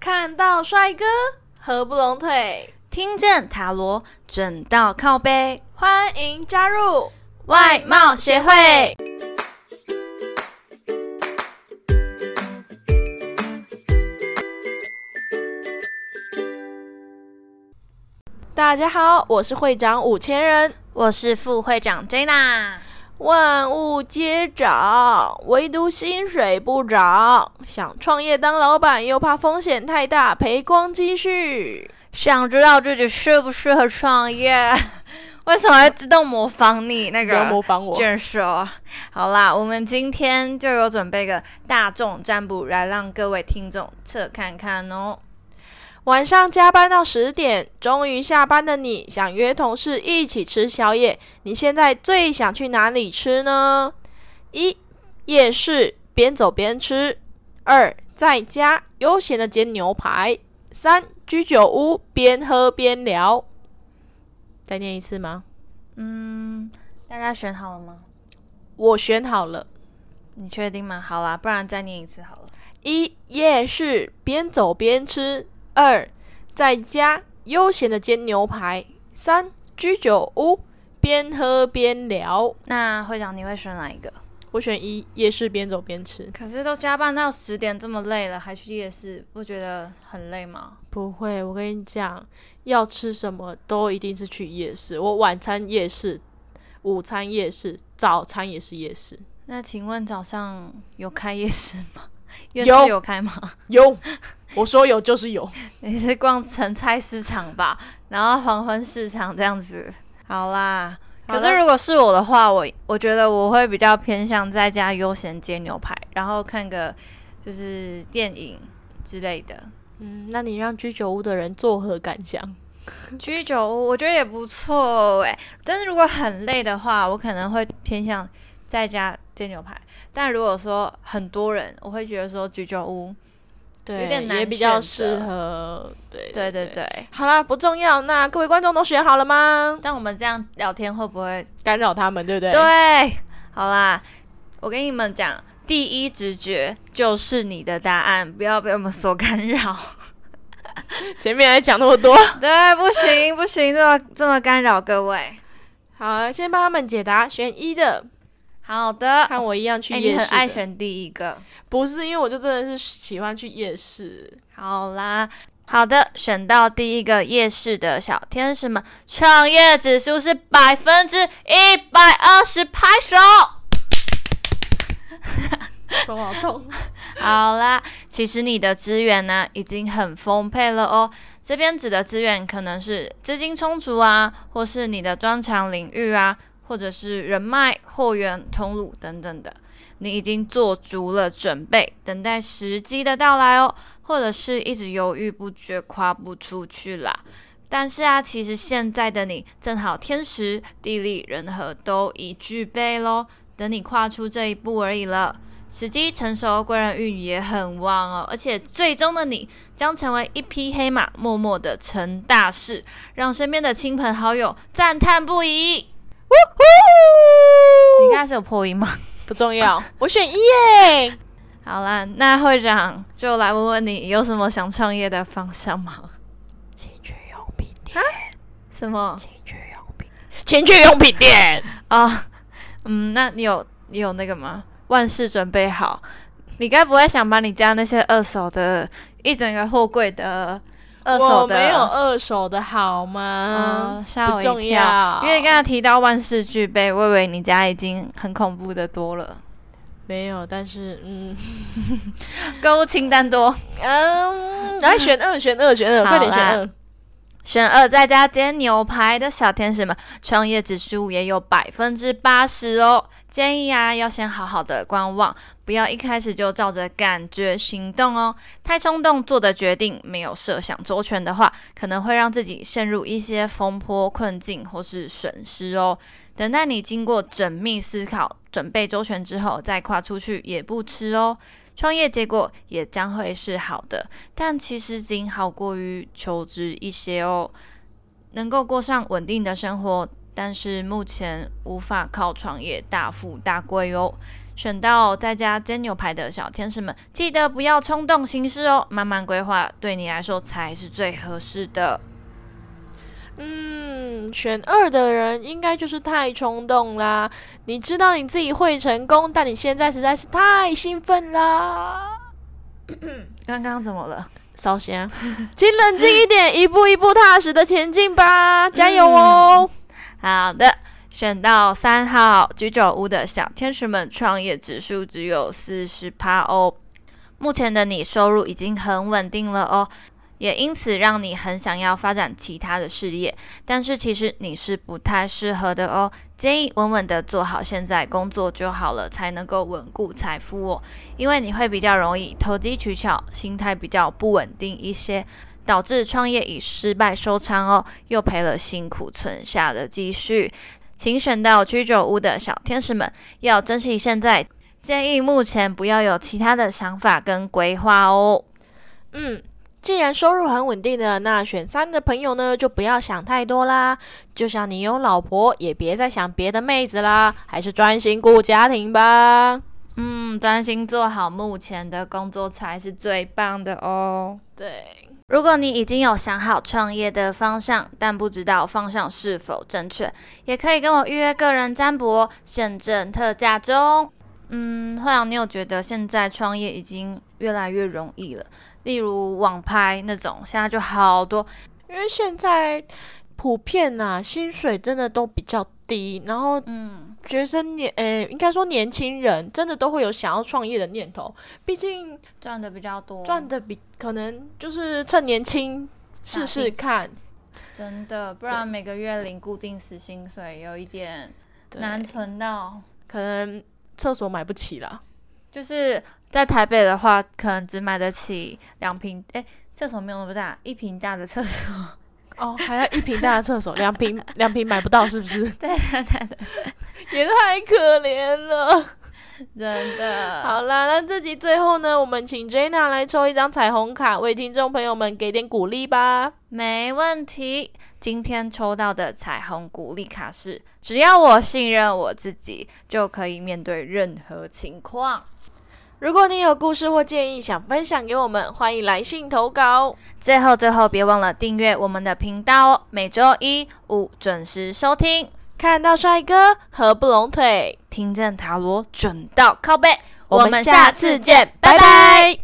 看到帅哥合不拢腿，听见塔罗，准到靠背。欢迎加入外貌协会。大家好，我是会长五千人，我是副会长 Jenna。万物皆涨，唯独薪水不涨。想创业当老板，又怕风险太大，赔光积蓄。想知道自己适不适合创业？ 为什么会自动模仿你那不要模个仿我，卷舌？好啦，我们今天就有准备个大众占卜来让各位听众测看看哦。晚上加班到十点，终于下班的你，想约同事一起吃宵夜，你现在最想去哪里吃呢？一、夜市边走边吃；二、在家悠闲的煎牛排；三、居酒屋边喝边聊。再念一次吗？嗯，大家选好了吗？我选好了。你确定吗？好啦，不然再念一次好了。一夜市边走边吃；二在家悠闲的煎牛排；三居酒屋边喝边聊。那会长你会选哪一个？我选一夜市边走边吃，可是都加班到十点这么累了，还去夜市，不觉得很累吗？不会，我跟你讲，要吃什么都一定是去夜市。我晚餐夜市，午餐夜市，早餐也是夜市。那请问早上有开夜市 吗？夜有市有开吗？ 有，我说有就是有。你是逛成菜市场吧，然后黄昏市场这样子。好啦，好啦可是如果是我的话，我我觉得我会比较偏向在家悠闲煎牛排，然后看个就是电影之类的。嗯，那你让居酒屋的人作何感想？居酒屋我觉得也不错哎、但是如果很累的话，我可能会偏向在家煎牛排。但如果说很多人，我会觉得说居酒屋，对，有点难也比较选择适合。对对对对对。好啦，不重要。那各位观众都选好了吗？但我们这样聊天会不会？干扰他们，对不对？对，好啦，我跟你们讲，第一直觉就是你的答案，不要被我们所干 扰。前面还讲那么多，对，不行不行，这么这么干扰各位。 好，先帮他们解答，选一的，好的，看我一样去哎、夜你市的。很爱选第一个。不是因为我就真的是喜欢去夜市。好啦，好的，选到第一个夜市的小天使们，创业指数是百分之一百二十，拍手。手好 痛。 好啦，其实你的资源呢、已经很丰沛了哦。这边指的资源可能是资金充足啊，或是你的专长领域啊，或者是人脉、货源、通路等等的。你已经做足了准备，等待时机的到来哦，或者是一直犹豫不决，跨不出去啦。但是啊，其实现在的你正好天时、地利、人和都已具备喽，等你跨出这一步而已了。时机成熟，贵人运也很旺哦。而且最终的你将成为一匹黑马，默默的成大事，让身边的亲朋好友赞叹不已。你刚才是有破音吗？不重要，我选一耶。好啦，那会长就来问问你有什么想创业的方 向吗？情趣用品店，什么？情趣用品，情趣用品店。啊、嗯，那你有你有那个吗？万事准备好，你该不会想把你家那些二手的一整个货柜的二手我的没有二手的好哦吗？吓、我不一重跳要，因为刚才提到万事俱备，我以为你家已经很恐怖的多了，没有，但是嗯购物清单多。嗯，来选二，选二，选二，好快点选啦二。选二，在家煎牛排的小天使们，创业指数也有百分之八十哦。建议啊，要先好好的观望，不要一开始就照着感觉行动哦。太冲动做的决定，没有设想周全的话，可能会让自己陷入一些风波、困境或是损失哦。等待你经过缜密思考、准备周全之后，再跨出去也不迟哦。创业结果也将会是好的，但其实仅好过于求职一些哦，能够过上稳定的生活，但是目前无法靠创业大富大贵哦。选到在家煎牛排的小天使们，记得不要冲动行事哦，慢慢规划对你来说才是最合适的。嗯，选二的人应该就是太冲动啦。你知道你自己会成功，但你现在实在是太兴奋啦。刚刚怎么了？烧香，请冷静一点，一步一步踏实的前进吧，加油哦！好的，选到三号居酒屋的小天使们，创业指数只有四十趴哦。目前的你收入已经很稳定了哦，也因此让你很想要发展其他的事业，但是其实你是不太适合的哦。建议稳稳的做好现在工作就好了，才能够稳固财富哦。因为你会比较容易投机取巧，心态比较不稳定一些，导致创业以失败收场哦，又赔了辛苦存下的积蓄。请选到居酒屋的小天使们，要珍惜现在，建议目前不要有其他的想法跟规划哦。嗯，既然收入很稳定的，那选三的朋友呢，就不要想太多啦。就像你有老婆，也别再想别的妹子啦，还是专心顾家庭吧。嗯，专心做好目前的工作才是最棒的哦。对，如果你已经有想好创业的方向，但不知道方向是否正确，也可以跟我预约个人占卜哦，现正特价中。嗯，会长，你有觉得现在创业已经越来越容易了？例如网拍那种，现在就好多，因为现在普遍呐、薪水真的都比较低，然后嗯，学生年，诶、应该说年轻人真的都会有想要创业的念头，毕竟赚的比较多，赚的比可能就是趁年轻试试看，真的，不然每个月领固定死薪水，有一点对难存到。可能厕所买不起啦。就是在台北的话，可能只买得起两平，哎、厕所没有那么大，一平大的厕 所。哦，还要一平大的厕所，两平两平买不到，是不 是？对对对对，也太可怜了。真 的。好啦，那这集最后呢，我们请 Jenna 来抽一张彩虹卡，为听众朋友们给点鼓励吧。没问题。今天抽到的彩虹鼓励卡是：只要我信任我自己，就可以面对任何情况。如果你有故事或建议想分享给我们，欢迎来信投稿。最后，最后，别忘了订阅我们的频道哦，每周一、五准时收听。看到帅哥合不拢腿，听见塔罗，准到靠背。我我们们下下次次见见，拜拜拜拜